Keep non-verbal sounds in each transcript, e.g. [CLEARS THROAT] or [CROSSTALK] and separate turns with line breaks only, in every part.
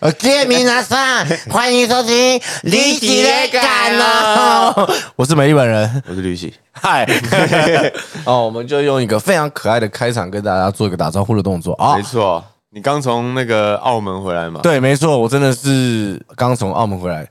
呃，皆明南上，欢迎收听《离奇的感哦。 [LAUGHS] 我是美日本人，
我是吕喜， [LAUGHS]
嗨。 [LAUGHS] 哦，我们就用一个非常可爱的开场跟大家做一个打招呼的动作啊
没。错，你刚从那个澳门回来
[LAUGHS]
嘛？，
对，没错，我真的是刚从澳门回来，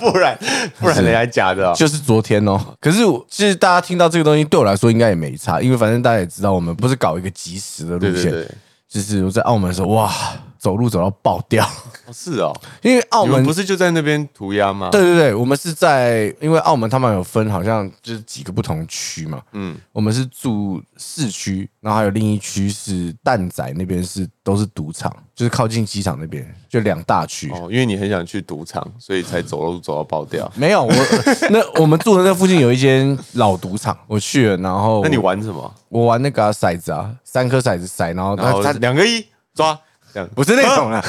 不然不然人家假的哦、
就是昨天哦。可是我，其实大家听到这个东西，对我来说应该也没差，因为反正大家也知道，我们不是搞一个及时的
对
路
对
线，
对，
就是我在澳门的时候，哇，走路走到爆掉， [LAUGHS]
哦是哦，
因为澳
你
门
们不是就在那边涂鸦吗？
对对对，我们是在因为澳门他们有分，好像就是几个不同区嘛。嗯
嗯，
我们是住市区，然后还有另一区是蛋仔那边是都是赌场，就是靠近机场那边，就两大区。
哦，因为你很想去赌场，所以才走路走到爆掉。
没有我 [LAUGHS] 那我们住的那附近有一间老赌场，我去了，然后
那你玩什么？
我玩那个啊、骰子啊，三颗骰子骰，然后
然后
它它
两个一抓，两
不是那
[LAUGHS]
种啊，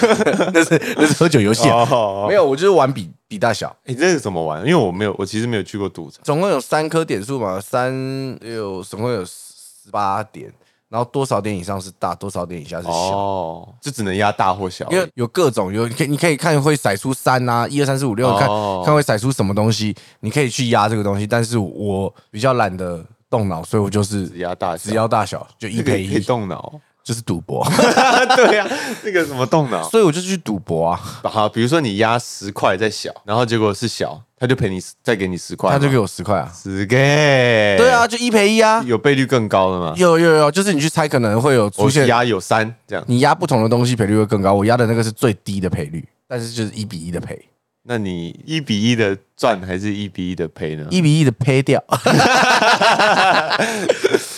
那是那是喝酒游戏啊、
哦
没有，我就是玩比比大小。
你这个怎么玩？因为我没有，我其实没有去过赌场。
总共有三颗点数嘛，三六总共有十八点，然后多少点以上是大，多少点以下是小。
哦，就只能压大或小而已。
因为有各种有，你可以你可以看会骰出三啊，一二三四五六，看
哦
看会骰出什么东西，你可以去压这个东西。但是我比较懒得动脑，所以我就是
只压大小
只要大小就一
这个
赔
也可以
一，
动脑， [LAUGHS]
就是赌博。
对呀、那个什么动脑，
所以我就去赌博啊，
[LAUGHS] 好，比如说你压十块在小，然后结果是小，他就赔你再给你十块嘛，
他就给我十块啊，
十个，对
对啊，，就一赔一
[LAUGHS]
啊，
有倍率更高的吗？
有有有，就是你去猜可能会有出
我
现
压有三这样，
你压不同的东西赔率会更高，我压的那个是最低的赔率，但是就是一比一的赔，
那你一比一的赚还是一比一的赔呢？
一比一的赔掉。 [LAUGHS]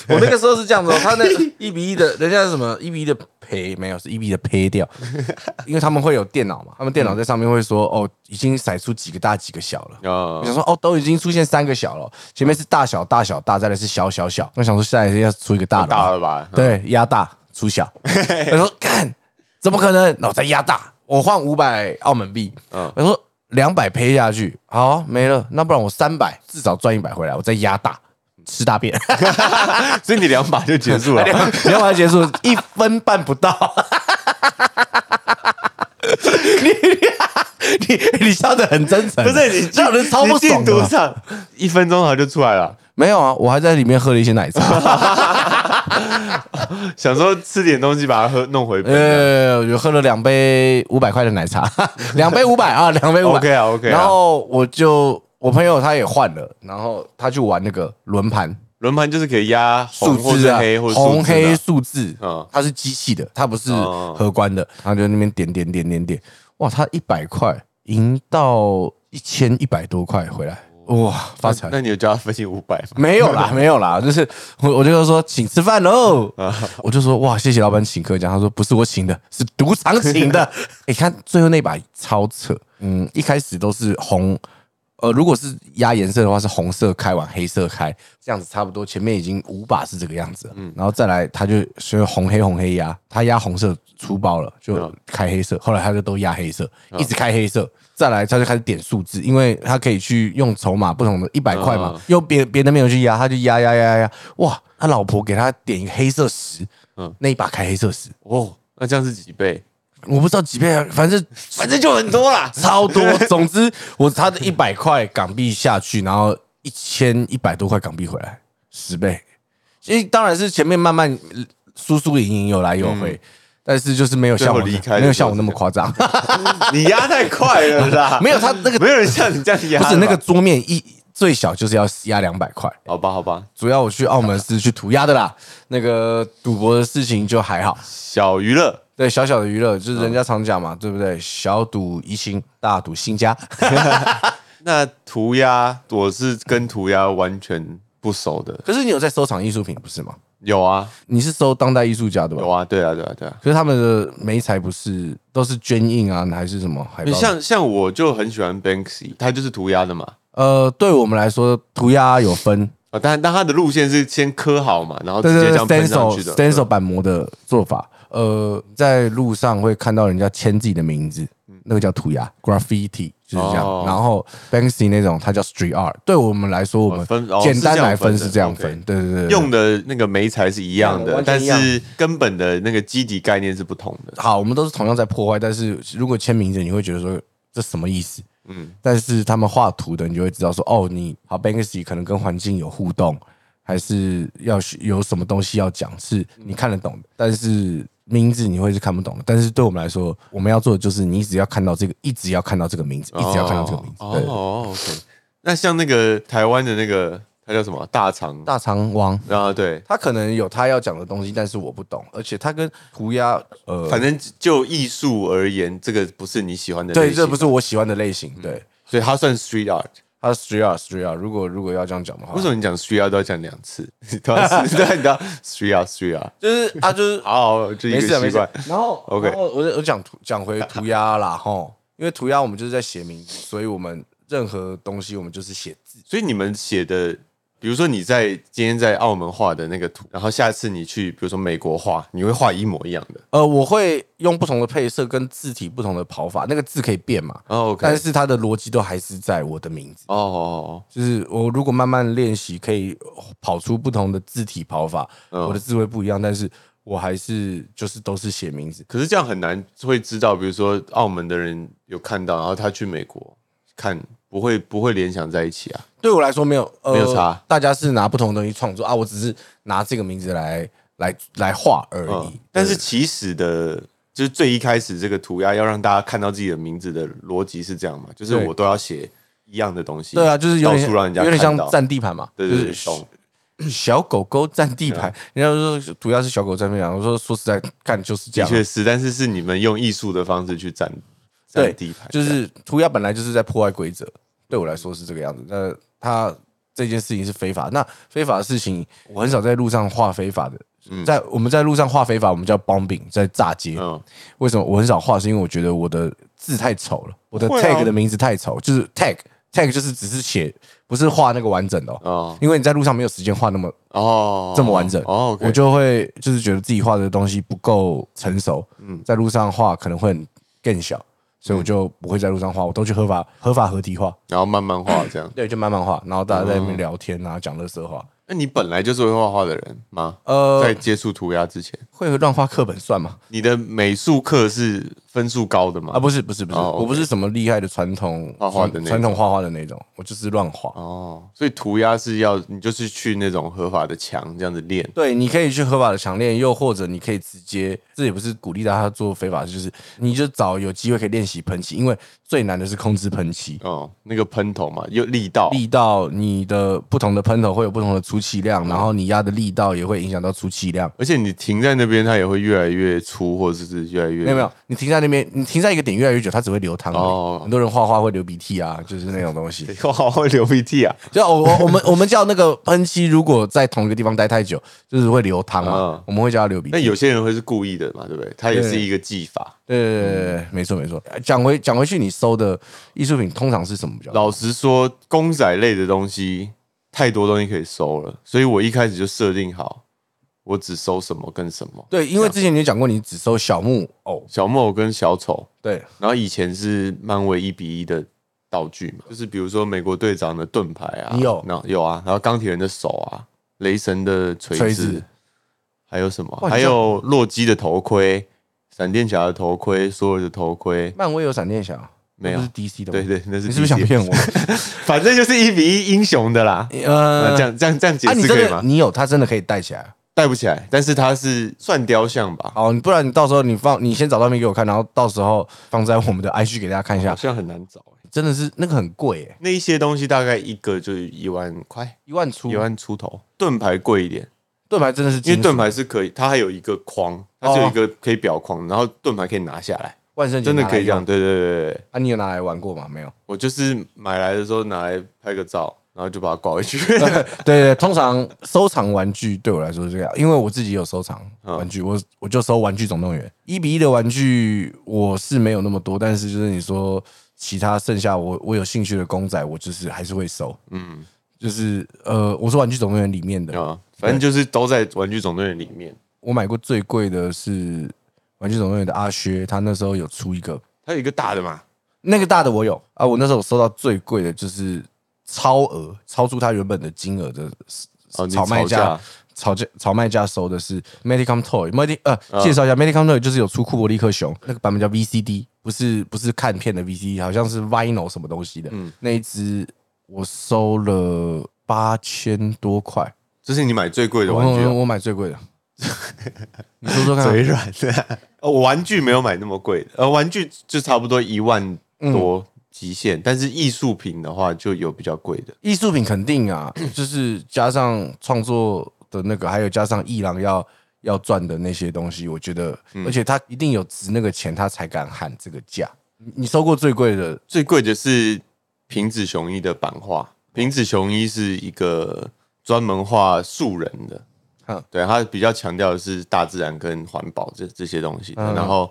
我那个时候是这样子、哦，他那一比一的，人家是什么一比一的赔没有，是一比一的赔掉，因为他们会有电脑嘛，他们电脑在上面会说哦，已经甩出几个大几个小了。我
哦
想说哦，都已经出现三个小了，前面是大小大小大，再来是小小小。我想说下一次要出一个大的吧，
大了吧？ [LAUGHS]
对，压大出小。他说干，怎么可能？那我再压大，我换五百澳门币。嗯
嗯，
我说两百赔下去，好没了，那不然我三百至少赚一百回来，我再压大。吃
[LAUGHS]
大便，
所以你两把就结束
哎
了。
聊完结束，一分办不到。你你你笑得很真诚，啊
不是 [LAUGHS] 你进
让人超不
你进
爽
赌
的。啊
场一分钟后就出来了，
没有啊，我还在里面喝了一些奶茶，
想说吃点东西把它喝弄回本。
呃，我就喝了两杯五百块的奶茶， [LAUGHS] 两杯五百啊，两杯五百。
OK 啊，OK 啊。
然后我就我朋友他也换了，然后他去玩那个轮盘
轮盘就是可以压
数
红或
字
是
啊
黑或，者数字
红
嘛
黑数字
嗯，
它是机器的，它不是
嗯
荷官的，他就那边点点点点点，哇，他一百块赢到一千一百多块回来，哇，发财！
那你有叫他分析五百吗？
没有啦，没有啦，就是我我就说请吃饭喽，我就说哇，谢谢老板请客，讲他说不是我请的，是赌场请的。你、看最后那把超扯，嗯，一开始都是红，呃，如果是压颜色的话是红色开完黑色开，这样子差不多，前面已经五把是这个样子，嗯，然后再来他就所以红黑红黑压，他压红色出包了就开黑色，后来他就都压黑色，一直开黑色。再来，他就开始点数字，因为他可以去用筹码不同的，一百块嘛
嗯，
又别别的没有去压，他就压压压压，哇！他老婆给他点一个黑色十，嗯
嗯，
那一把开黑色十，
哦，那这样是几倍？
我不知道几倍啊，反正。
反正就很多啦
超多。总之，我他的一百块港币下去，然后一千一百多块港币回来，十倍。其实当然是前面慢慢呃输输赢赢有来有回，但是就是没有像我
嗯最后离开的
没有
时候
像我那么夸张， [LAUGHS]
你压太快了啦，
没有他那个
没有人像你这样压
不
吧。
是那个桌面一最小就是要压两百块。
好吧，好吧，
主要我去澳门是去涂鸦的啦， [LAUGHS] 那个赌博的事情就还好。
小娱乐，
对，小小的娱乐就是人家常讲
嗯
嘛，对不对？小赌怡情，大赌兴家。 [LAUGHS]
那涂鸦我是跟涂鸦完全不熟的。
可是你有在收藏艺术品不是吗？
有啊，
你是收当代艺术家对吧
有？啊，对啊，对啊，对啊。
可是他们的媒材不是都是捐印啊，还是什么海报？
像像我就很喜欢 Banksy，他就是涂鸦的嘛。
呃，对我们来说，涂鸦有分，
啊，但但他的路线是先刻好嘛，然后直
对
接
对
这
对
样喷上去
，stencil
的。
stencil 板模的做法。呃，在路上会看到人家签自己的名字，那个叫涂鸦 （graffiti） 就是这样。
嗯哦
然后 Banksy 那种，它叫 street art。对我们来说，我们
哦分哦
简单来分
是
是这
这
样
样
分
分的。
对对对，对
用的那个媒材是一样的，
完
但
全一样
是根本的那个基底概念是不同的。
好，我们都是同样在破坏，但是如果签名字，你会觉得说这什么意思？嗯
嗯，
但是他们画图的，你就会知道说，哦，你好 Banksy 可能跟环境有互动，还是要学有什么东西要讲，是你看得懂的，但是。名字你会是看不懂的，但是对我们来说，我们要做的就是，你只要看到这个，一直要看到这个名字，一直要看到这个名字。
哦
对，
哦，OK。那像那个台湾的那个，它叫什么？大肠
大肠王
啊，对，
他可能有他要讲的东西，但是我不懂，而且他跟涂鸦，呃，
反正就艺术而言，这个不是你喜欢的类
对，
型，
这不是我喜欢的类型。对，
所以它算 street art。
他是 street art street art，如果如果要这样讲的话，
为什么你讲 street art 都要讲两次？ [LAUGHS] 你都要对，你都要 street art street art。
就是啊， [LAUGHS] 就是
好，这一
没事啊
个
没
习
事啊
惯。。
然后
OK
然后我我讲涂讲回涂鸦啦， [LAUGHS] 吼，因为涂鸦我们就是在写名字，所以我们任何东西我们就是写字。
所以你们写的，比如说你在今天在澳门画的那个图，然后下次你去，比如说美国画，你会画一模一样的。
呃，我会用不同的配色跟字体不同的跑法，那个字可以变嘛，
哦，OK。
但是它的逻辑都还是在我的名字。
哦哦
就是我如果慢慢练习，可以跑出不同的字体跑法，
嗯
我的字会不一样，但是我还是就是都是写名字。
可是这样很难会知道，比如说澳门的人有看到，然后他去美国看，不会不会联想在一起啊。
对我来说没有、呃
没有差，
大家是拿不同的东西创作啊，我只是拿这个名字来来来画而已。
嗯，但是起始的，就是最一开始这个涂鸦要让大家看到自己的名字的逻辑是这样嘛？就是
对
我都要写一样的东西，
对啊，就是有
到
点
处让人家
有点
看
像
到。
占地盘嘛，
对对
就
对，
是
懂。啊
小狗狗占地盘，人家说主要是小狗占地盘，我说说实在，干就是
的
这样啊，
确是，但是是你们用艺术的方式去占
对
占地盘，
就是涂鸦本来就是在破坏规则，对我来说是这个样子。那他这件事情是非法，那非法的事情我很少在路上画非法的。在我们在路上画非法，我们叫 bombing，在炸街。
嗯，
为什么我很少画？是因为我觉得我的字太丑了，我的
会啊
tag 的名字太丑，就是 tag tag 就是只是写，不是画那个完整的、哦
哦。
因为你在路上没有时间画那么
哦，
这么完整，
哦，OK，
我就会就是觉得自己画的东西不够成熟，在路上画可能会很更小，所以我就不会在路上画，我都去合法 [LAUGHS] 合法合体画，
然后慢慢画
[COUGHS]。
这样
对，就慢慢画，然后大家在那边聊天啊，讲乐色话，
那你本来就是会画画的人吗？
呃
在，接触涂鸦之前，
会乱画课本算吗？
你的美术课是分数高的吗？
啊，不是不是不是，
哦，OK
我不是什么厉害的传统
画画的那种
传统画画的那种，我就是乱画。
哦，所以涂鸦是要你就是去那种合法的墙这样子练，
对，你可以去合法的强练，又或者你可以直接，这也不是鼓励大家做非法，就是你就找有机会可以练习喷漆，因为最难的是控制喷漆。
哦，那个喷头嘛，有力道，
力道，你的不同的喷头会有不同的出气
嗯
量，然后你压的力道也会影响到出气量。
而且你停在那边，它也会越来越粗，或者是越来越
没有没有，你停在那边，你停在一个点越来越久，它只会流汤而已。
哦
很多人画画会流鼻涕啊，就是那种东西。
[LAUGHS] 有，哇，会流鼻涕
[LAUGHS]
啊！
就我我我们我们叫那个喷漆，如果在同一个地方待太久，就是会流汤嘛
嗯，
我们会叫它流鼻涕。
那有些人会是故意的嘛，对不对？它也是
对
一个技法。
对对对对对，没错没错。
嗯
讲回讲回去，你收的艺术品通常是什么比较多？
老实说，公仔类的东西太多东西可以收了，所以我一开始就设定好，我只收什么跟什么。
对，因为之前你也讲过，你只收小木偶。
小木偶跟小丑，
对，
然后以前是漫威一比一的道具嘛，就是比如说美国队长的盾牌啊，
你有
然后有啊，然后钢铁人的手啊，雷神的锤
锤
子，
子
还有什么
哇？你
还
这
有洛基的头盔，闪电侠的头盔，索尔的头盔，
漫威有闪电侠，
没有
那不是 DC 的吗？
对对，那是
你是不是想
DC
骗我？
[LAUGHS] 反正就是一比一英雄的啦。
呃
那这样这样这样解
啊，你
释
真
可以
的
吗？
你有，它真的可以带起来。
戴不起来，但是它是算雕像吧？
哦，你不然你到时候你放，你先找照片给我看，然后到时候放在我们的 IG 给大家看一
[LAUGHS]
下
好。像很难找、欸。
真的是那个很贵耶，
那一些东西大概一个就一万块，
一万出
一万出头。盾牌贵一点，
盾牌真的是金
因
属，
为盾牌是可以，它还有一个框，它是有一个可以裱框，然后盾牌可以拿下来，
万圣节
真的可以这
拿来
样。
用
对对对对对，
啊？你有拿来玩过吗？没有。
我就是买来的时候拿来拍个照，然后就把它挂回去。
对对，通常收藏玩具对我来说是这样，因为我自己有收藏玩
嗯
具，我我就收《玩具总动员》一比一的玩具，我是没有那么多，但是就是你说其他剩下我我有兴趣的公仔，我就是还是会收，嗯，就是呃，我是《玩具总动员》里面的，
啊，反正就是都在《玩具总动员》里面。
我买过最贵的是《玩具总动员》的阿薛，他那时候有出一个
它有一个大的嘛，
那个大的我有啊，我那时候收到最贵的就是超额，超出它原本的金额的
哦你
炒卖
炒
价
价，
炒价炒卖价收的是 Medicom Toy，Medi 呃，
嗯
介绍一下 Medicom Toy 就是有出库伯利克熊那个版本叫 VCD，不是不是看片的 VCD，好像是 Vinyl 什么东西的，
嗯
那一只我收了八千多块，
这是你买最贵的
我
玩具
我
哦，
我买最贵的， [LAUGHS] 你说说看啊，
嘴软的。呃，我玩具没有买那么贵的，呃，玩具就差不多一万多极限，但是艺术品的话就有比较贵的。
艺术品肯定 [CLEARS THROAT] 啊，就是加上创作的那个，还有加上艺廊要要赚的那些东西，我觉得，而且他一定有值那个钱，他才敢喊这个价。你你收过最贵的
最贵的是平子雄一的版画。平子雄一是一个专门画树人的，
嗯
对他比较强调的是大自然跟环保这这些东西。
嗯
然后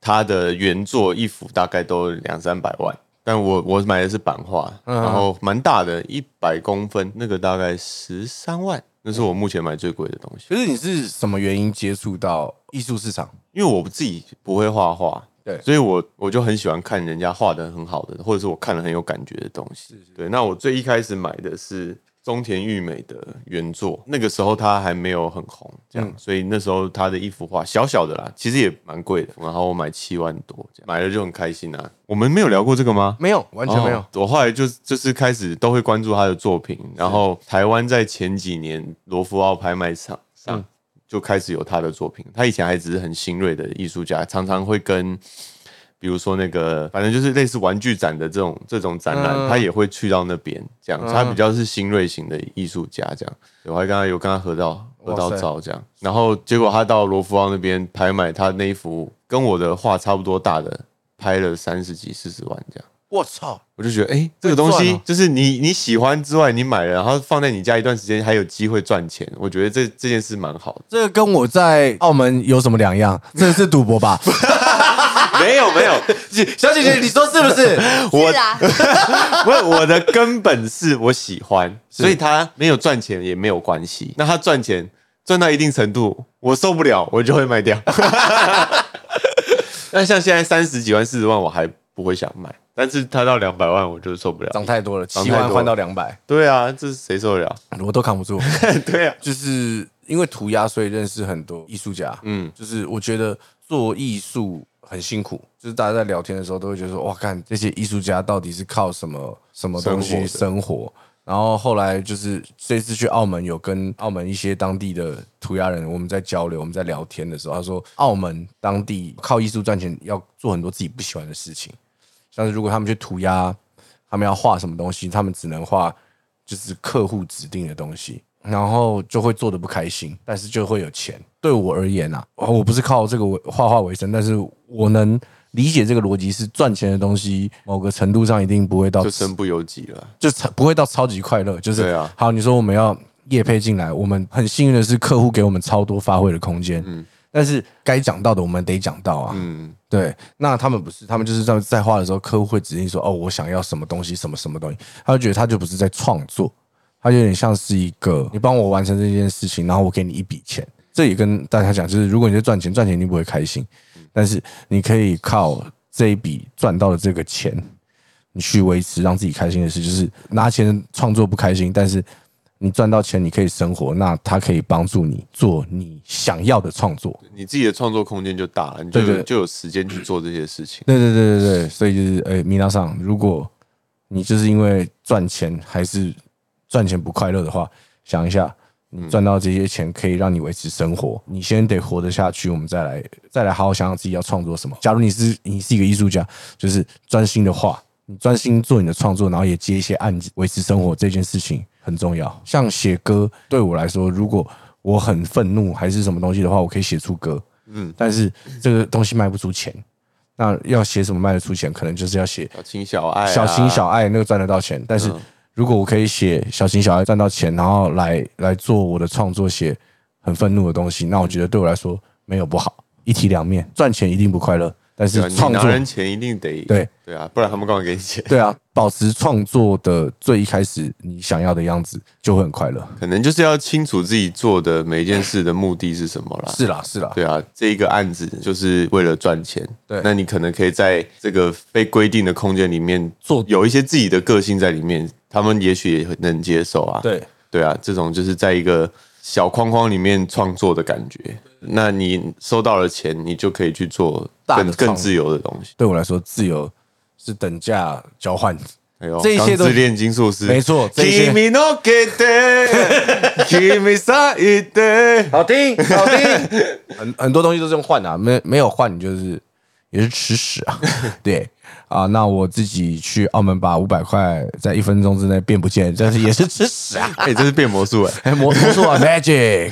他的原作一幅大概都两三百万，但我我买的是版画，
嗯
然后蛮大的，一百公分，那个大概十三万，那是我目前买最贵的东西。
可是你是什么原因接触到艺术市场？
因为我自己不会画画，
对
所以我我就很喜欢看人家画的很好的，或者是我看了很有感觉的东西。对，那我最一开始买的是中田裕美的原作，那个时候她还没有很红，这样，所以那时候她的一幅画小小的啦，其实也蛮贵的，然后我买七万多，这样买了就很开心啊。我们没有聊过这个吗？
没有，完全没有。
哦我后来就就是开始都会关注他的作品，然后台湾在前几年罗浮奥拍卖场上、
嗯
就开始有他的作品。他以前还只是很新锐的艺术家，常常会跟。比如说那个，反正就是类似玩具展的这种这种展览，
嗯
他也会去到那边这样。
嗯
他比较是新锐型的艺术家这样。我还跟他有跟他合照合
哇
到
塞
照这样，然后结果他到罗浮奥那边拍卖，他那一幅跟我的画差不多大的，拍了三十几四十万这样。
我操！
我就觉得，哎、这个东
会赚
西
哦
就是你你喜欢之外，你买了，然后放在你家一段时间，还有机会赚钱。我觉得这这件事蛮好
这个跟我在澳门有什么两 [LAUGHS] 样？这是赌博吧？
的。 [LAUGHS] 没有没有， [LAUGHS]
小姐姐，你说是不是？ [LAUGHS]
我
是啊，
[LAUGHS] 不是我的根本是我喜欢， [LAUGHS] 所以他没有赚钱也没有关系。那他赚钱赚到一定程度，我受不了，我就会卖掉。 [LAUGHS] 那像现在三十几万、四十万，我还不会想买，但是他到两百万，我就受不
涨
了。
太多了，
涨
七
太多了
万换到两百，
对啊，这是谁受得了？
我都扛不住。
[LAUGHS] 对啊，
就是因为涂鸦，所以认识很多艺术家。
嗯
嗯，就是我觉得做艺术很辛苦，就是大家在聊天的时候都会觉得说，哇，看这些艺术家到底是靠什么什么
生
东
活
西
的
生活。然后后来就是这次去澳门，有跟澳门一些当地的涂鸦人，我们在交流，我们在聊天的时候，他说澳门当地靠艺术赚钱，要做很多自己不喜欢的事情，像是如果他们去涂鸦，他们要画什么东西，他们只能画就是客户指定的东西，然后就会做的不开心，但是就会有钱。对我而言啊，哦我不是靠这个为画画为生，但是我能理解这个逻辑是赚钱的东西，某个程度上一定不会到
就身不由己了。
就超不会到超级快乐，就是
对啊
好，你说我们要业配进来，我们很幸运的是客户给我们超多发挥的空间，嗯，但是该讲到的我们得讲到啊，
嗯，
对，那他们不是，他们就是在在画的时候，客户会指定说，哦，我想要什么东西，什么什么东西，他就觉得他就不是在创作，他有点像是一个你帮我完成这件事情，然后我给你一笔钱。这也跟大家讲，就是如果你在赚钱，赚钱你不会开心，但是你可以靠这一笔赚到的这个钱，你去维持让自己开心的事，就是拿钱创作不开心，但是你赚到钱，你可以生活，那它可以帮助你做你想要的创作。
你自己的创作空间就大了，你就
对嗯
有
对
就有时间去做这些事情。
对对对对对，所以就是诶，米娜桑，如果你就是因为赚钱还是赚钱不快乐的话，想一下，你赚到这些钱可以让你维持生活，你先得活得下去，我们再来再来好好想想自己要创作什么。假如你是你是一个艺术家，就是专心的画，你专心做你的创作，然后也接一些案子，维持生活这件事情很重要。像写歌对我来说，如果我很愤怒还是什么东西的话，我可以写出歌，嗯，但是这个东西卖不出钱。那要写什么卖得出钱，可能就是要写
小情小爱、啊，
小情小爱那个赚得到钱。但
嗯
是如果我可以写小情小爱赚到钱，然后来来做我的创作，写很愤怒的东西，那我觉得对我来说没有不好，一体两面，赚钱一定不快乐。但是
对啊你
创
拿
作
人钱一定得
对
对啊，不然他们干嘛给你钱？
对啊，保持创作的最一开始你想要的样子，就会很快乐。
可能就是要清楚自己做的每一件事的目的是什么啦。
是啦，是啦，
对啊，这一个案子就是为了赚钱。
对
那你可能可以在这个非规定的空间里面
做
有一些自己的个性在里面，他们也许也能接受啊。
对
对啊，这种就是在一个小框框里面创作的感觉。那你收到了钱，你就可以去做
大的
更
创
更
作
自由的东西。
对我来说，自由是等价交换。
哎呦，
这一些都
钢之炼金术师，
没错这一些
Kimi no
[LAUGHS]
kete, Kimi sa ite。
好听，好听。 [LAUGHS] 很很多东西都是用换的、啊，没没有换，你就是也是吃屎 [LAUGHS] 啊。对啊，那我自己去澳门把五百块在一分钟之内变不见，但是也是吃屎 [LAUGHS] 啊。
哎、这是变魔术哎、
哎，魔魔术啊 [LAUGHS] ，magic！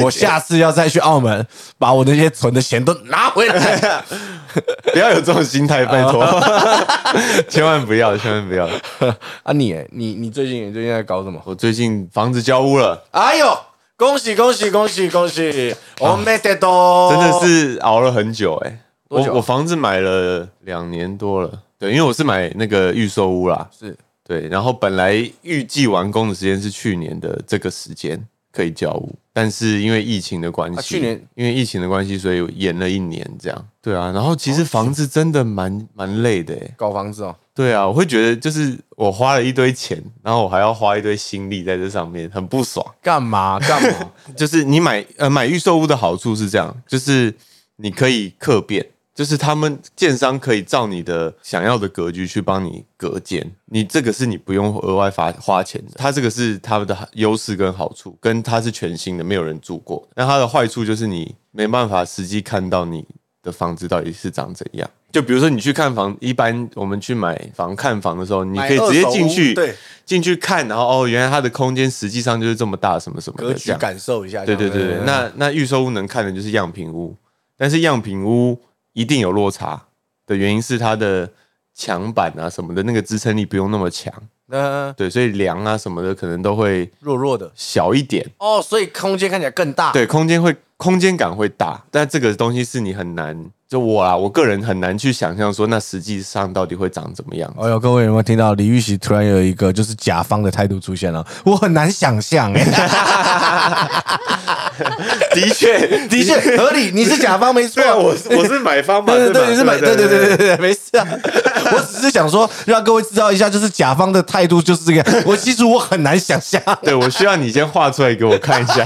我下次要再去澳门，把我那些存的钱都拿回来。 [LAUGHS]
不要有这种心态，拜托，[LAUGHS]
哦
千万不要，千万不要。
啊你，你你最近你最近在搞什么？
我最近房子交屋了，
哎呦，恭喜恭喜恭喜恭喜！我没得多，
真的是熬了很久哎、
多久
我我房子买了两年多了，对，因为我是买那个预售屋啦，
是
对，然后本来预计完工的时间是去年的这个时间可以交屋，但是因为疫情的关系，
啊去年
因为疫情的关系，所以延了一年这样。对啊，然后其实房子真的蛮蛮累的、欸，
搞房子哦。
对啊，我会觉得就是我花了一堆钱，然后我还要花一堆心力在这上面，很不爽。
干嘛干 [LAUGHS] 嘛？
就是你买呃买预售屋的好处是这样，就是你可以客变，就是他们建商可以照你的想要的格局去帮你隔间，你这个是你不用额外花花钱的，它这个是他们的优势跟好处，跟它是全新的，没有人住过。那它的坏处就是你没办法实际看到你的房子到底是长怎样。就比如说你去看房，一般我们去买房看房的时候，你可以直接进去，
买二手屋对，
进去看，然后哦，原来它的空间实际上就是这么大，什么什么
格
的
局
这样。
感受一下。
对对对对，那那预售屋能看的就是样品屋，但是样品屋一定有落差的原因是它的墙板啊什么的那个支撑力不用那么强，
嗯那
对，所以梁啊什么的可能都会
弱弱的
小一点，
哦，所以空间看起来更大。
对，空间会空间感会大，但这个东西是你很难，就我啦，我个人很难去想象说那实际上到底会长怎么样。
哎呦，各位有没有听到李玉玺突然有一个就是甲方的态度出现了？我很难想象哎、 [LAUGHS]
的确，
的确合理，你是甲方没
[LAUGHS]
错
对啊，我是我是买方嘛，
对对
吧
对，你是买对对对对对，没事啊。我只是想说，让各位知道一下，就是甲方的态度就是这个样。我其实我很难想象，
[LAUGHS] 对我需要你先画出来给我看一下，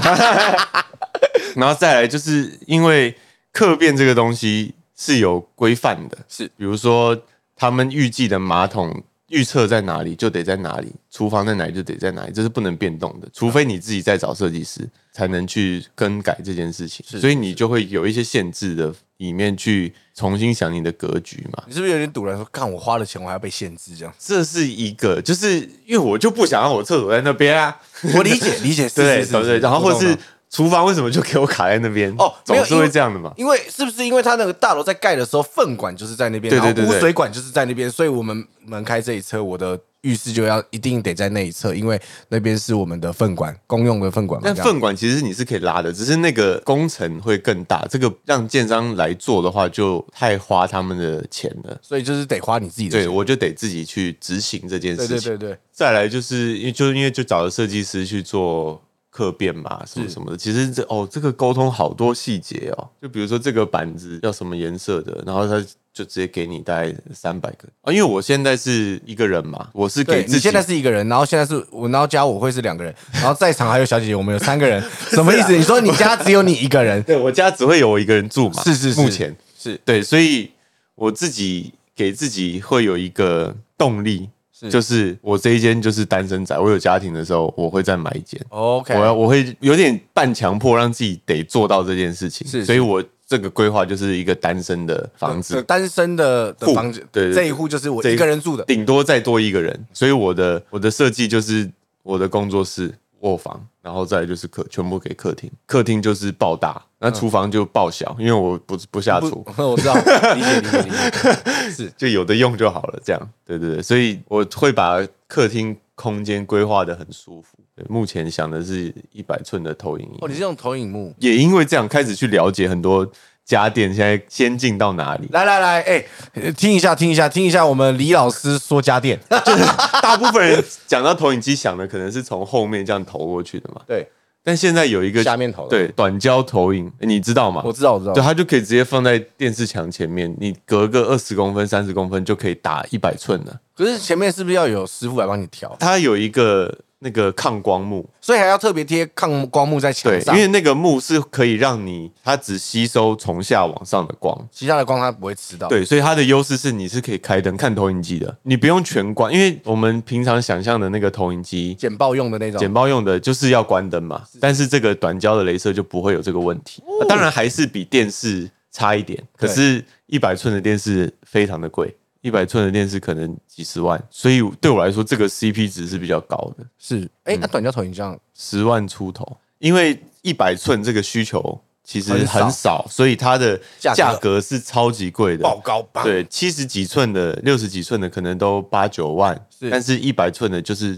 [LAUGHS] 然后再来就是因为客变这个东西是有规范的，
是
比如说他们预计的马桶预测在哪里就得在哪里，厨房在哪里就得在哪里，这是不能变动的，除非你自己再找设计师才能去更改这件事情，所以你就会有一些限制的里面去重新想你的格局嘛。
你是不是有点堵然说，看我花了钱，我还要被限制这样？
这是一个，就是因为我就不想让我厕所在那边啊，
我理解理解，是
对
是
对对，然后或者是厨房为什么就给我卡在那边？
哦没
总
有
是会这样的嘛。
因为是不是因为他那个大楼在盖的时候，粪管就是在那边，
对
然后
对对对
污水管就是在那边，所以我们门开这一侧，我的浴室就要一定得在那一侧，因为那边是我们的粪管，公用的粪管嘛。
但
这样
粪管其实你是可以拉的，只是那个工程会更大。这个让建商来做的话，就太花他们的钱了。
所以就是得花你自己的
对，
钱。
我就得自己去执行这件事
对
情。
对对对，
再来就是因为就因为就找了设计师去做客变嘛，什么
是
什么的。其实这哦，这个沟通好多细节哦。就比如说这个板子要什么颜色的，然后他就直接给你大概三百个啊。因为我现在是一个人嘛，我是给
对
自己
你现在是一个人，然后现在是我，然后加我会是两个人，然后在场还有小姐姐，我们有三
[LAUGHS]
个人，什么意思？你说你家只有你一个人？
对我家只会有我一个人住嘛，
是是是
目前
是
对，所以我自己给自己会有一个动力，[LAUGHS]
是
就是我这一间就是单身仔，我有家庭的时候，我会再买一间。
OK，
我要我会有点半强迫让自己得做到这件事情，
是是
所以我这个规划就是一个单身的房
呃呃
子，
单身的的
户
房子，
对对对
这一户就是我
这
一个人住的，
顶多再多一个人，所以我的我的设计就是我的工作室、卧房，然后再来就是客，全部给客厅，客厅就是爆大，那
嗯
厨房就爆小，因为我不不下厨
不，， [LAUGHS] 我知道，理解理解
[LAUGHS]
理解，是
就有的用就好了，这样，对对对，所以我会把客厅空间规划的很舒服。对，目前想的是一百寸的投影仪
哦，你是用投影幕，。
也因为这样开始去了解很多家电现在先进到哪里
来来来，哎、听一下，听一下，听一下，我们李老师说家电。 [LAUGHS]
大部分人讲到投影机想的可能是从后面这样投过去的嘛，
对，
但现在有一个
下面投的
对短焦投影，你知道吗
我？知道，我知道。
对，它就可以直接放在电视墙前面，你隔个二十公分、三十公分就可以打一百寸了。
可是前面是不是要有师傅来帮你调？
它有一个那个抗光幕，
所以还要特别贴抗光幕在墙
对，
上，
因为那个幕是可以让你它只吸收从下往上的光，
其他的光它不会吃到。，
对，所以它的优势是你是可以开灯看投影机的，你不用全关，因为我们平常想象的那个投影机。
剪报用的那种。
简报用的就是要关灯嘛，但是这个短焦的镭射就不会有这个问题。那当然还是比电视差一点，可
哦对
是一百寸的电视非常的贵，一百寸的电视可能几十万，所以对我来说这个 CP 值是比较高的。
是，哎、那短焦投影这样
十万出头，因为一百寸这个需求其实很少，
很
所以它的
价格
价格是超级贵的。
爆高吧？，
对，七十几寸的、六十几寸的可能都八九万，
是
但是一百寸的就是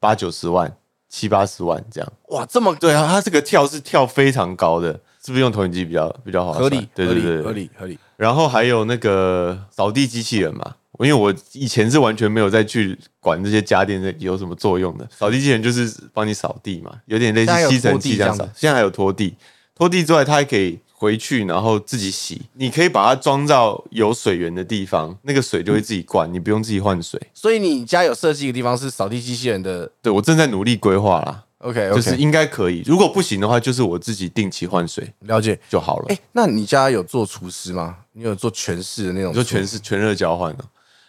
八九十万、七八十万这样。
哇，这么
对啊，它这个跳是跳非常高的，是不是用投影机比较比较好？
合理，
对对对
合理，
对。
合理，合理。
然后还有那个扫地机器人嘛，因为我以前是完全没有再去管这些家电的有什么作用的。扫地机器人就是帮你扫地嘛，有点类
现在还
似
有
吸尘
拖地
器这样
这
扫
样子。
现在还有拖地，拖地之外，它还可以回去然后自己洗。你可以把它装到有水源的地方，那个水就会自己灌，你不用自己换水。
所以你家有设计一个地方是扫地机器人的
对我正在努力规划啦，
，OK
就
OK，、
是应该可以。如果不行的话，就是我自己定期换水
了解。
就好了
哎、。那你家有做厨师吗？你有做全式的那种？
你说全是全热交换呢、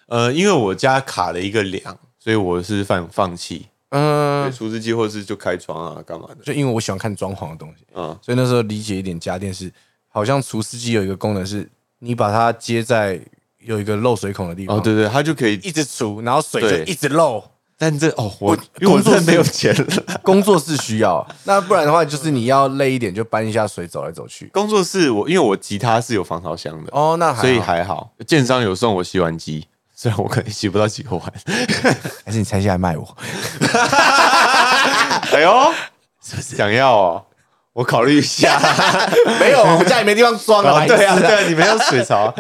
呃，因为我家卡了一个梁，所以我是放放弃。
嗯、
对除湿机或是就开窗啊，干嘛的？
就因为我喜欢看装潢的东西，
嗯，
所以那时候理解一点家电是，好像除湿机有一个功能是，你把它接在有一个漏水孔的地方，
哦，，对对，它就可以。
一直除，然后水
对
就一直漏。
但这哦，我
我
因为我
工作
真的没有
室
钱了。 [LAUGHS]
工作室需要，那不然的话就是你要累一点就搬一下水走来走去。
工作室我因为我吉他是有防潮箱的，
哦，那还好
所以还好。建商有送我洗碗机，虽然我可能洗不到几个碗。
还是你拆下来卖我，
哎呦， [LAUGHS] 想要哦，我考虑一
[LAUGHS]
下。
没有，我家里没地方装 [LAUGHS]
哦
了。
对啊，
白痴
对啊，你们要水槽 [LAUGHS] 啊。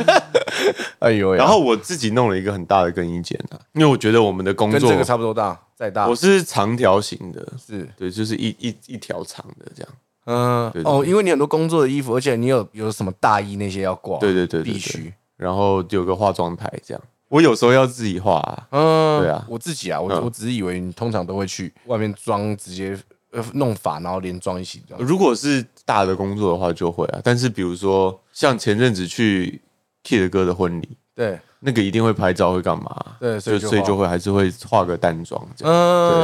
哎呦喂啊，
然后我自己弄了一个很大的更衣间啊，因为我觉得我们的工
跟
作
这个差不多大，再大
我是长条形的，
是
对，就是一一一条长的这样。
嗯
对对
哦，因为你很多工作的衣服，而且你有有什么大衣那些要挂，
对对对对对
必须。
然后有个化妆台这样。我有时候要自己画、啊，
嗯，
对啊
我自己啊，我
嗯
我只是以为你通常都会去外面装，直接呃弄法，然后连装一起这样。
如果是大的工作的话就会啊。但是比如说像前阵子去 Kid 哥的婚礼，
对，
那个一定会拍照，会干嘛？
对所以就
所以
画
就会还是会化个淡妆这样。对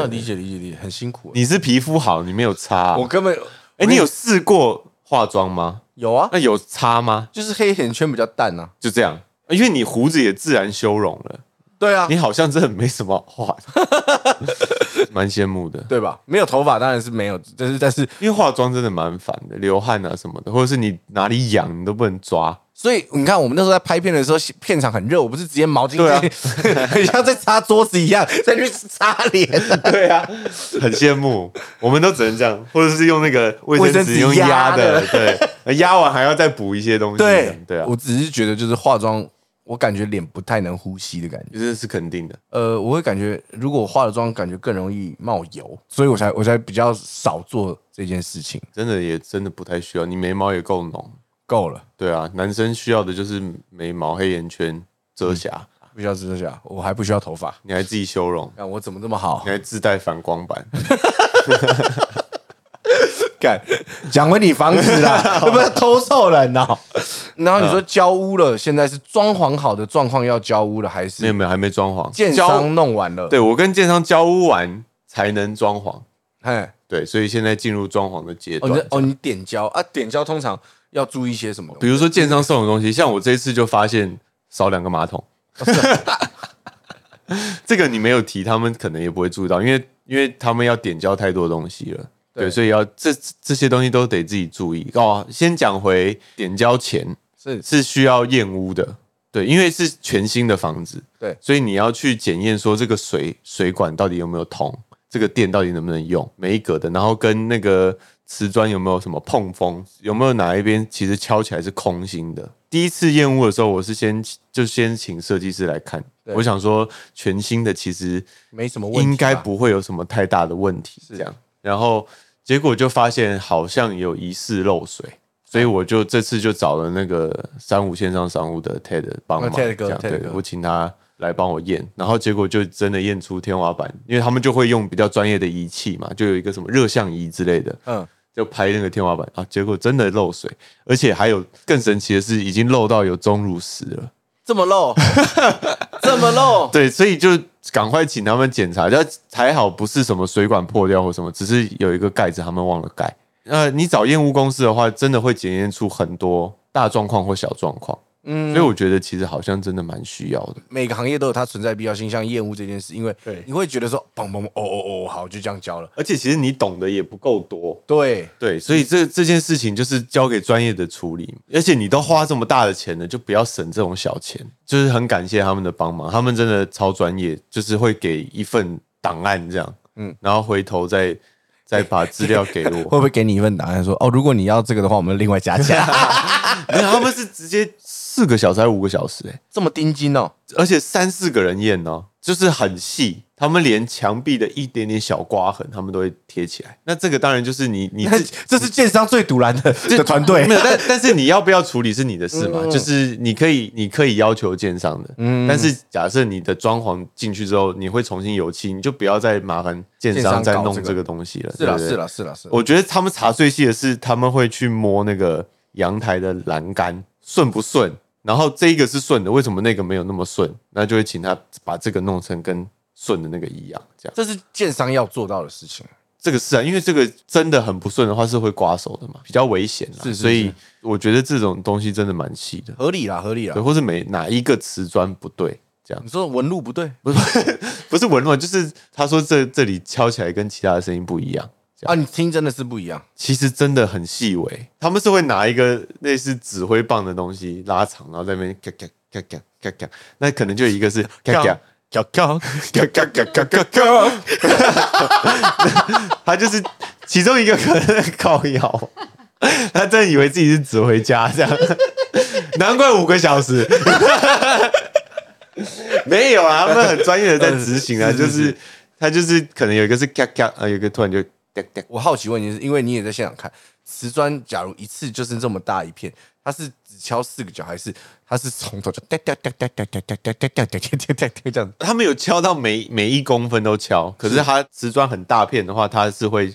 嗯，
对
理解理解理解，很辛苦。啊
你是皮肤好，你没有擦、啊。
我根本
哎、你有试过化妆吗？
有啊，
那有擦吗？
就是黑眼圈比较淡啊。
就这样，因为你胡子也自然修容了，
对啊
你，好像真的没什么好画的， [LAUGHS] 蛮羡慕的。
对吧？没有头发当然是没有，但是但是，
因为化妆真的蛮烦的，流汗啊什么的，或者是你哪里痒你都不能抓。
所以你看，我们那时候在拍片的时候，片场很热，我不是直接毛巾，
对啊，
很 [LAUGHS] 像在擦桌子一样，再去擦脸。
[LAUGHS] 对啊，很羡慕，我们都只能这样，或者是用那个卫生
卫生
纸
纸
用压
压
的
的，
对，压完还要再补一些东西。
对
对啊，
我只是觉得就是化妆，我感觉脸不太能呼吸的感觉。
这是肯定的。
呃，我会感觉如果我化了妆，感觉更容易冒油，所以我才我才比较少做这件事情。
真的也真的不太需要，你眉毛也够浓。
够了，
对啊，男生需要的就是眉毛、黑眼圈、遮瑕，
不需要遮瑕，我还不需要头发。
嗯你还自己修容，
看我怎么这么好
你？还自带反光 [LAUGHS] 板。
干，讲回你房子
[LAUGHS]
啦，会不会偷臭人呢、
嗯
然后你说交屋了，现在是装潢好的状况要交屋了，还
没有
是
没有，还没装潢。
建
交
商弄完了？，
对我跟建商交屋完才能装潢，
哎，
对，所以现在进入装潢的阶
哦，
段
你。哦，你点交啊？点交通常要注意些什么？
比如说建商送的东西， [LAUGHS] 像我这一次就发现少两个马桶， [LAUGHS] 这个你没有提，他们可能也不会注意到，因为因为他们要点交太多东西了，对，
对
所以要这这些东西都得自己注意哦。先讲回点交前
是
是需要验屋的，对，因为是全新的房子，
对
所以你要去检验说这个水水管到底有没有通，这个电到底能不能用，每一格的，然后跟那个瓷砖有没有什么碰风，有没有哪一边其实敲起来是空心的。第一次验屋的时候，我是先就先请设计师来看，
对
我想说全新的其实
没什么问题啊吧，
应该不会有什么太大的问题，这样。然后结果就发现好像有疑似漏水，
哎
所以我就这次就找了那个三五线上商务的 TED 帮忙，
哦，Ted 哥
这样
Ted
对
哥，
我请他来帮我验，然后结果就真的验出天花板，因为他们就会用比较专业的仪器嘛，就有一个什么热像仪之类的，
嗯，
就拍那个天花板啊，结果真的漏水，而且还有更神奇的是，已经漏到有钟乳石了。
这么漏，这么漏，
对，所以就赶快请他们检查，但还好不是什么水管破掉或什么，只是有一个盖子他们忘了盖。呃，你找验屋公司的话，真的会检验出很多大状况或小状况，
嗯，
所以我觉得其实好像真的蛮需要的。
每个行业都有它存在必要性，像厌恶这件事，因为
对
你会觉得说，砰砰砰，哦哦哦，好，就这样交了。
而且其实你懂的也不够多，
对，
对，所以这这件事情就是交给专业的处理。而且你都花这么大的钱了，就不要省这种小钱。就是很感谢他们的帮忙，他们真的超专业，就是会给一份档案这样，嗯
嗯，
然后回头再再把资料给我。 [LAUGHS]
会不会给你一份答案说，哦，如果你要这个的话，我们另外加 [LAUGHS] 价，
没有，他们是直接四个小时还是五个小时、欸？
这么盯紧哦，
而且三四个人验哦，就是很细，他们连墙壁的一点点小刮痕，他们都会贴起来。那这个当然就是你你
你看
自己。
这是建商最堵拦 [LAUGHS] 的的团
[LAUGHS]
队
没，有，但但是你要不要处理是你的事
嗯
嘛，就是你可以你可以要求建商的，但是假设你的装潢进去之后，你会重新油漆，你就不要再麻烦建商
建商
再
搞
弄
这个
这个东西了。
是啦
对不对
是啦是啦是啦，
我觉得他们查最细的是，他们会去摸那个阳台的栏杆顺不顺，然后这一个是顺的，为什么那个没有那么顺？那就会请他把这个弄成跟顺的那个一样，这样。
这是建商要做到的事情。
这个是啊，因为这个真的很不顺的话是会刮手的嘛，比较危险啦。
是是
所以我觉得这种东西真的蛮细的，
合理啦，合理啦
对，。或是每哪一个瓷砖不对，这样
你说纹路不对
不是不是文乱，就是他说这这里敲起来跟其他的声音不一样。
啊，你听真的是不一样。
其实真的很细微，他们是会拿一个类似指挥棒的东西拉长，然后在那边咔咔咔咔咔咔，那可能就有一个是咔咔
跳跳，
咔咔咔咔咔咔，他就是其中一个可能在靠腰，他真的以为自己是指挥家这样，难怪五个小 [LAUGHS] 时。没有啊，他们很专业的在执行啊，
是是
就是是他就是可能有一个是咔咔，啊，有一个突然就咔咔。
我好奇问你，是因为你也在现场看瓷砖，假如一次就是这么大一片，它是只敲四个角，还是它是从头就掉掉掉掉掉掉掉掉掉掉掉掉掉掉这样？
他们有敲到每每一公分都敲，可是它瓷砖很大片的话，它是会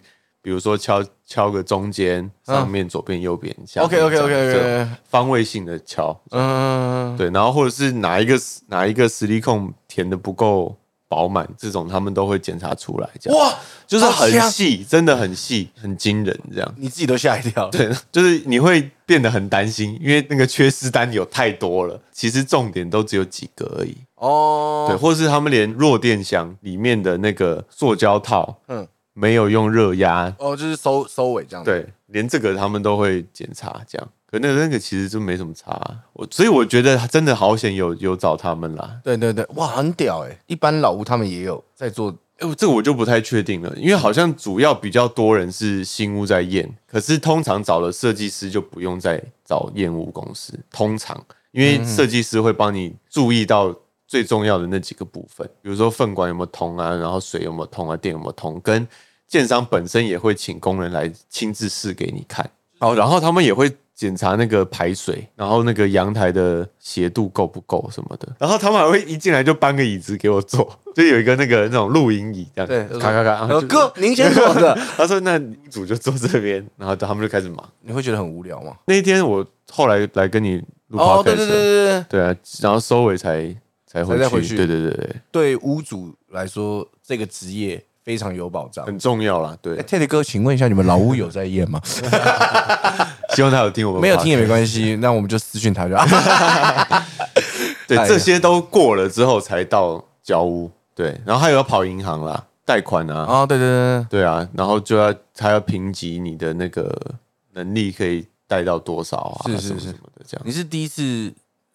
比如说敲敲个中间、
嗯
上面、左边、右边下面
OK，OK，OK，OK，OK
这样这种方位性的敲，
嗯，
对，然后或者是哪一个哪一个实力控填的不够饱满，这种他们都会检查出来，这样
哇，
就是很
好强
细，真的很细，很惊人，这样。
你自己都吓一跳。
对，就是你会变得很担心，因为那个缺失单有太多了。其实重点都只有几个而已。对，
哦，
或是他们连弱电箱里面的那个塑胶套
嗯，
没有用热压，
哦，就是收收尾这样。，
对，连这个他们都会检查，这样。可那个那个其实就没什么差、啊我所以我觉得真的好险有有找他们啦。
对对对，哇，很屌哎！一般老吴他们也有在做，
哎、这个我就不太确定了，因为好像主要比较多人是新屋在验，可是通常找了设计师就不用再找验屋公司，通常因为设计师会帮你注意到最重要的那几个部分，比如说粪管有没有通啊，然后水有没有通啊，电有没有通，跟建商本身也会请工人来亲自试给你看，哦，然后他们也会检查那个排水，然后那个阳台的斜度够不够什么的，然后他们还会一进来就搬个椅子给我坐， [LAUGHS] 就有一个那个那种露营椅这样，
对，
咔咔咔，然后
呃
就
哥，您先坐着，
他说那屋主就坐这边，然后他们就开始忙。
你会觉得很无聊吗？
那一天我后来来跟你录 podcast，
哦，对对对
对，
对对，
对啊，然后收尾才才回
才再回去
对对对对，
对屋主来说，这个职业非常有保障。
很重要啦，对
哎，，Ted 哥，请问一下，你们老屋有在验 [LAUGHS] 吗？
希望他有听我们
没有听也
podcast
没关 [LAUGHS] 系，那我们就私讯他就 [LAUGHS] 好。啊
对，
哎呀
这些都过了之后才到交屋，对，然后还有要跑银行啦，贷款啊，
哦，对对对
对啊，然后就要他要评级你的那个能力可以贷到多少啊，
是是
什么
是
什么的这
对，
样。
你是第一次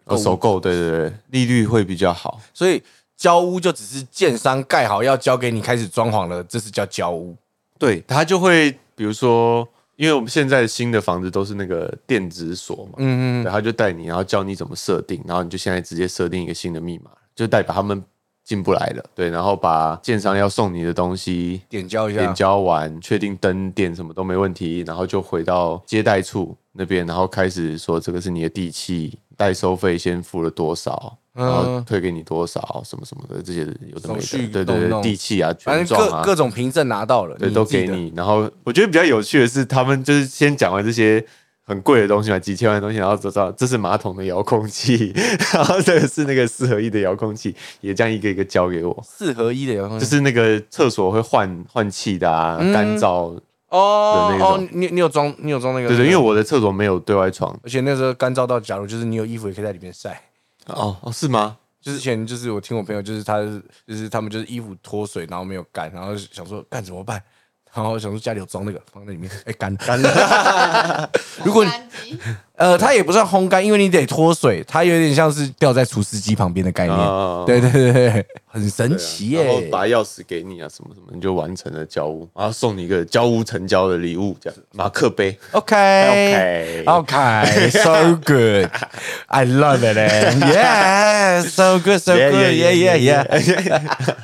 呃，首购对对对，利率会比较好。
所以交屋就只是建商盖好要交给你开始装潢了，这是叫交屋。
对他就会比如说因为我们现在新的房子都是那个电子锁嘛，
嗯嗯，
对，他就带你，然后教你怎么设定，然后你就现在直接设定一个新的密码，就代表他们进不来了。对，然后把建商要送你的东西
点交一下
点，交完，确定灯点什么都没问题，然后就回到接待处那边，然后开始说这个是你的地契，代收费先付了多少。
嗯
然后退给你多少，什么什么的，这些有的没
手续
的，对对
弄
对，
弄
地契啊，
反
权
正
状啊
各，各种凭证拿到了，
对，都
自己
给
的。
你。然后我觉得比较有趣的是，他们就是先讲完这些很贵的东西嘛，几千万的东西，然后知道这是马桶的遥控器， [LAUGHS] 然后这个是那个四合一的遥控器，也这样一个一个交给我。
四合一的遥控器，
就是那个厕所会换换气的啊，
嗯
干燥，
哦
的那种
哦，你你有装你有装那个？
对对，因为我的厕所没有对外窗。
而且那时候干燥到，假如就是你有衣服也可以在里面晒。
哦哦，是吗？
之前就是我听我朋友，就是他就是他们就是衣服脱水，然后没有干，然后想说干怎么办？然后想说家里有装那个放在里面，哎干干了。如果你
干机
呃，它也不算烘干，因为你得脱水，它有点像是掉在厨师机旁边的概念。
哦
对对对对，很神
对啊
奇
然后
耶、
把钥匙给你啊，什么什么，你就完成了交屋，然后啊送你一个交屋成交的礼物，这样马克杯。
OK
OK
OK so good [LAUGHS] I love it and [LAUGHS] yeah so good so
Yeah,
good
yeah,
yeah
yeah,
yeah yeah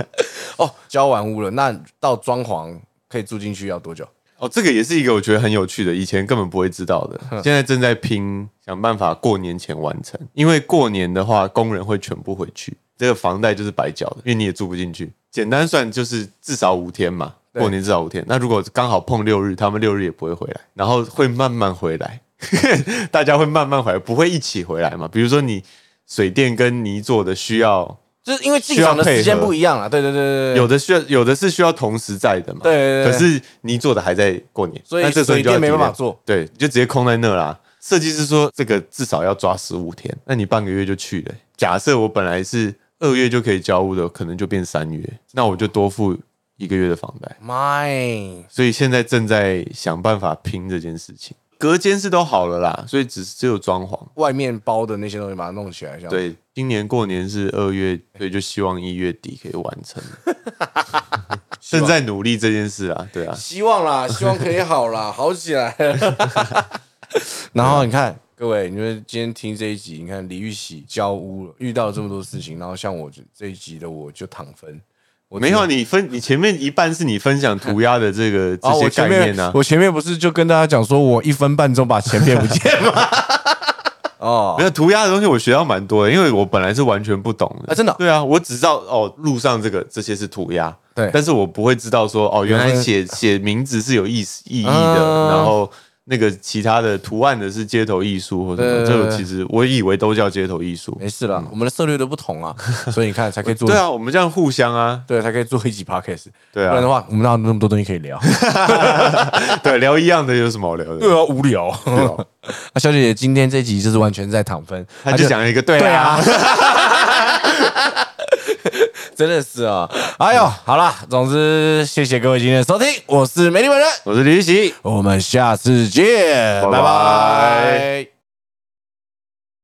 哦，交完屋了，那到装潢可以住进去要多久？
哦，这个也是一个我觉得很有趣的，以前根本不会知道的， [LAUGHS] 现在正在拼，想办法过年前完成。因为过年的话，工人会全部回去，这个房贷就是白缴的，因为你也住不进去。简单算就是至少五天嘛，
对
过年至少五天。那如果刚好碰六日，他们六日也不会回来，然后会慢慢回来， [LAUGHS] 大家会慢慢回来，不会一起回来嘛。比如说你水电跟泥做的需要，
就是因为进场的时
需要
间
配合
不一样啊了，对对对对对，
有的需要，有的是需要同时在的嘛。
对对对
可是泥做的还在过年，
所以
那这时候你就要
水电没办法
尽量
做，
对，你就直接空在那啦。设计师说这个至少要抓十五天，那你半个月就去了欸、假设我本来是二月就可以交屋的，可能就变三月，那我就多付一个月的房贷。
my
所以现在正在想办法拼这件事情。隔间是都好了啦，所以只只有装潢。
外面包的那些东西把它弄起来，这样，
对，今年过年是二月，所以就希望一月底可以完成。正在努力这件事啊，对啊，
希
[LAUGHS]
望啦，希望可以好啦，好起来了。然后你看，各位，你们今天听这一集，你看李玉玺交屋了，遇到了这么多事情，然后像我就这一集的我就躺分，我
没有，你分，你前面一半是你分享涂鸦的这个这
啊，我
些
前
概
面
念啊，
我前面不是就跟大家讲说我一分半钟把钱变不见
[LAUGHS]
吗？哦
没，有涂鸦的东西我学到蛮多的，因为我本来是完全不懂的
啊真的哦
对啊，我只知道哦，路上这个这些是涂鸦，
对
但是我不会知道说哦，原来写写名字是有意思意义的，
啊
然后那个其他的图案的是街头艺术或什
对
么，
对
这
对
个其实我以为都叫街头艺术，
没事啦，我们的策略都不同啊，所以你看才可以做
对啊，我们这样互相啊，
对才可以做一集 podcast，
对
不然的
啊，
话我们哪有那么多东西可以 [LAUGHS] 聊？ [LAUGHS]
对，聊一样的有什么好聊
对
的？
啊，无聊。 [LAUGHS] 啊，小姐姐今天这集就是完全在躺分，
他就讲了一个对
对啊
啊，，
真的是啊、哎呦，好啦，总之谢谢各位今天的收听，我是美丽本人，
我是李玉玺。
我们下次见，
拜拜
拜拜